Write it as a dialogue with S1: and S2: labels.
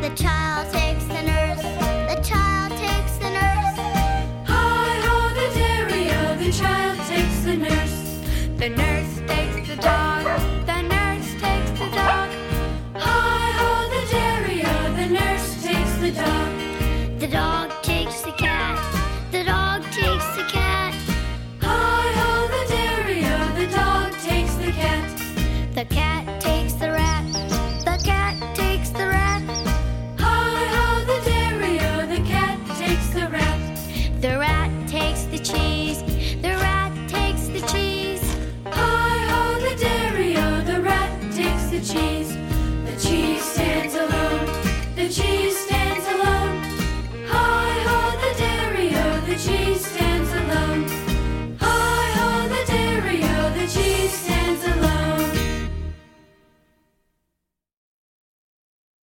S1: the child.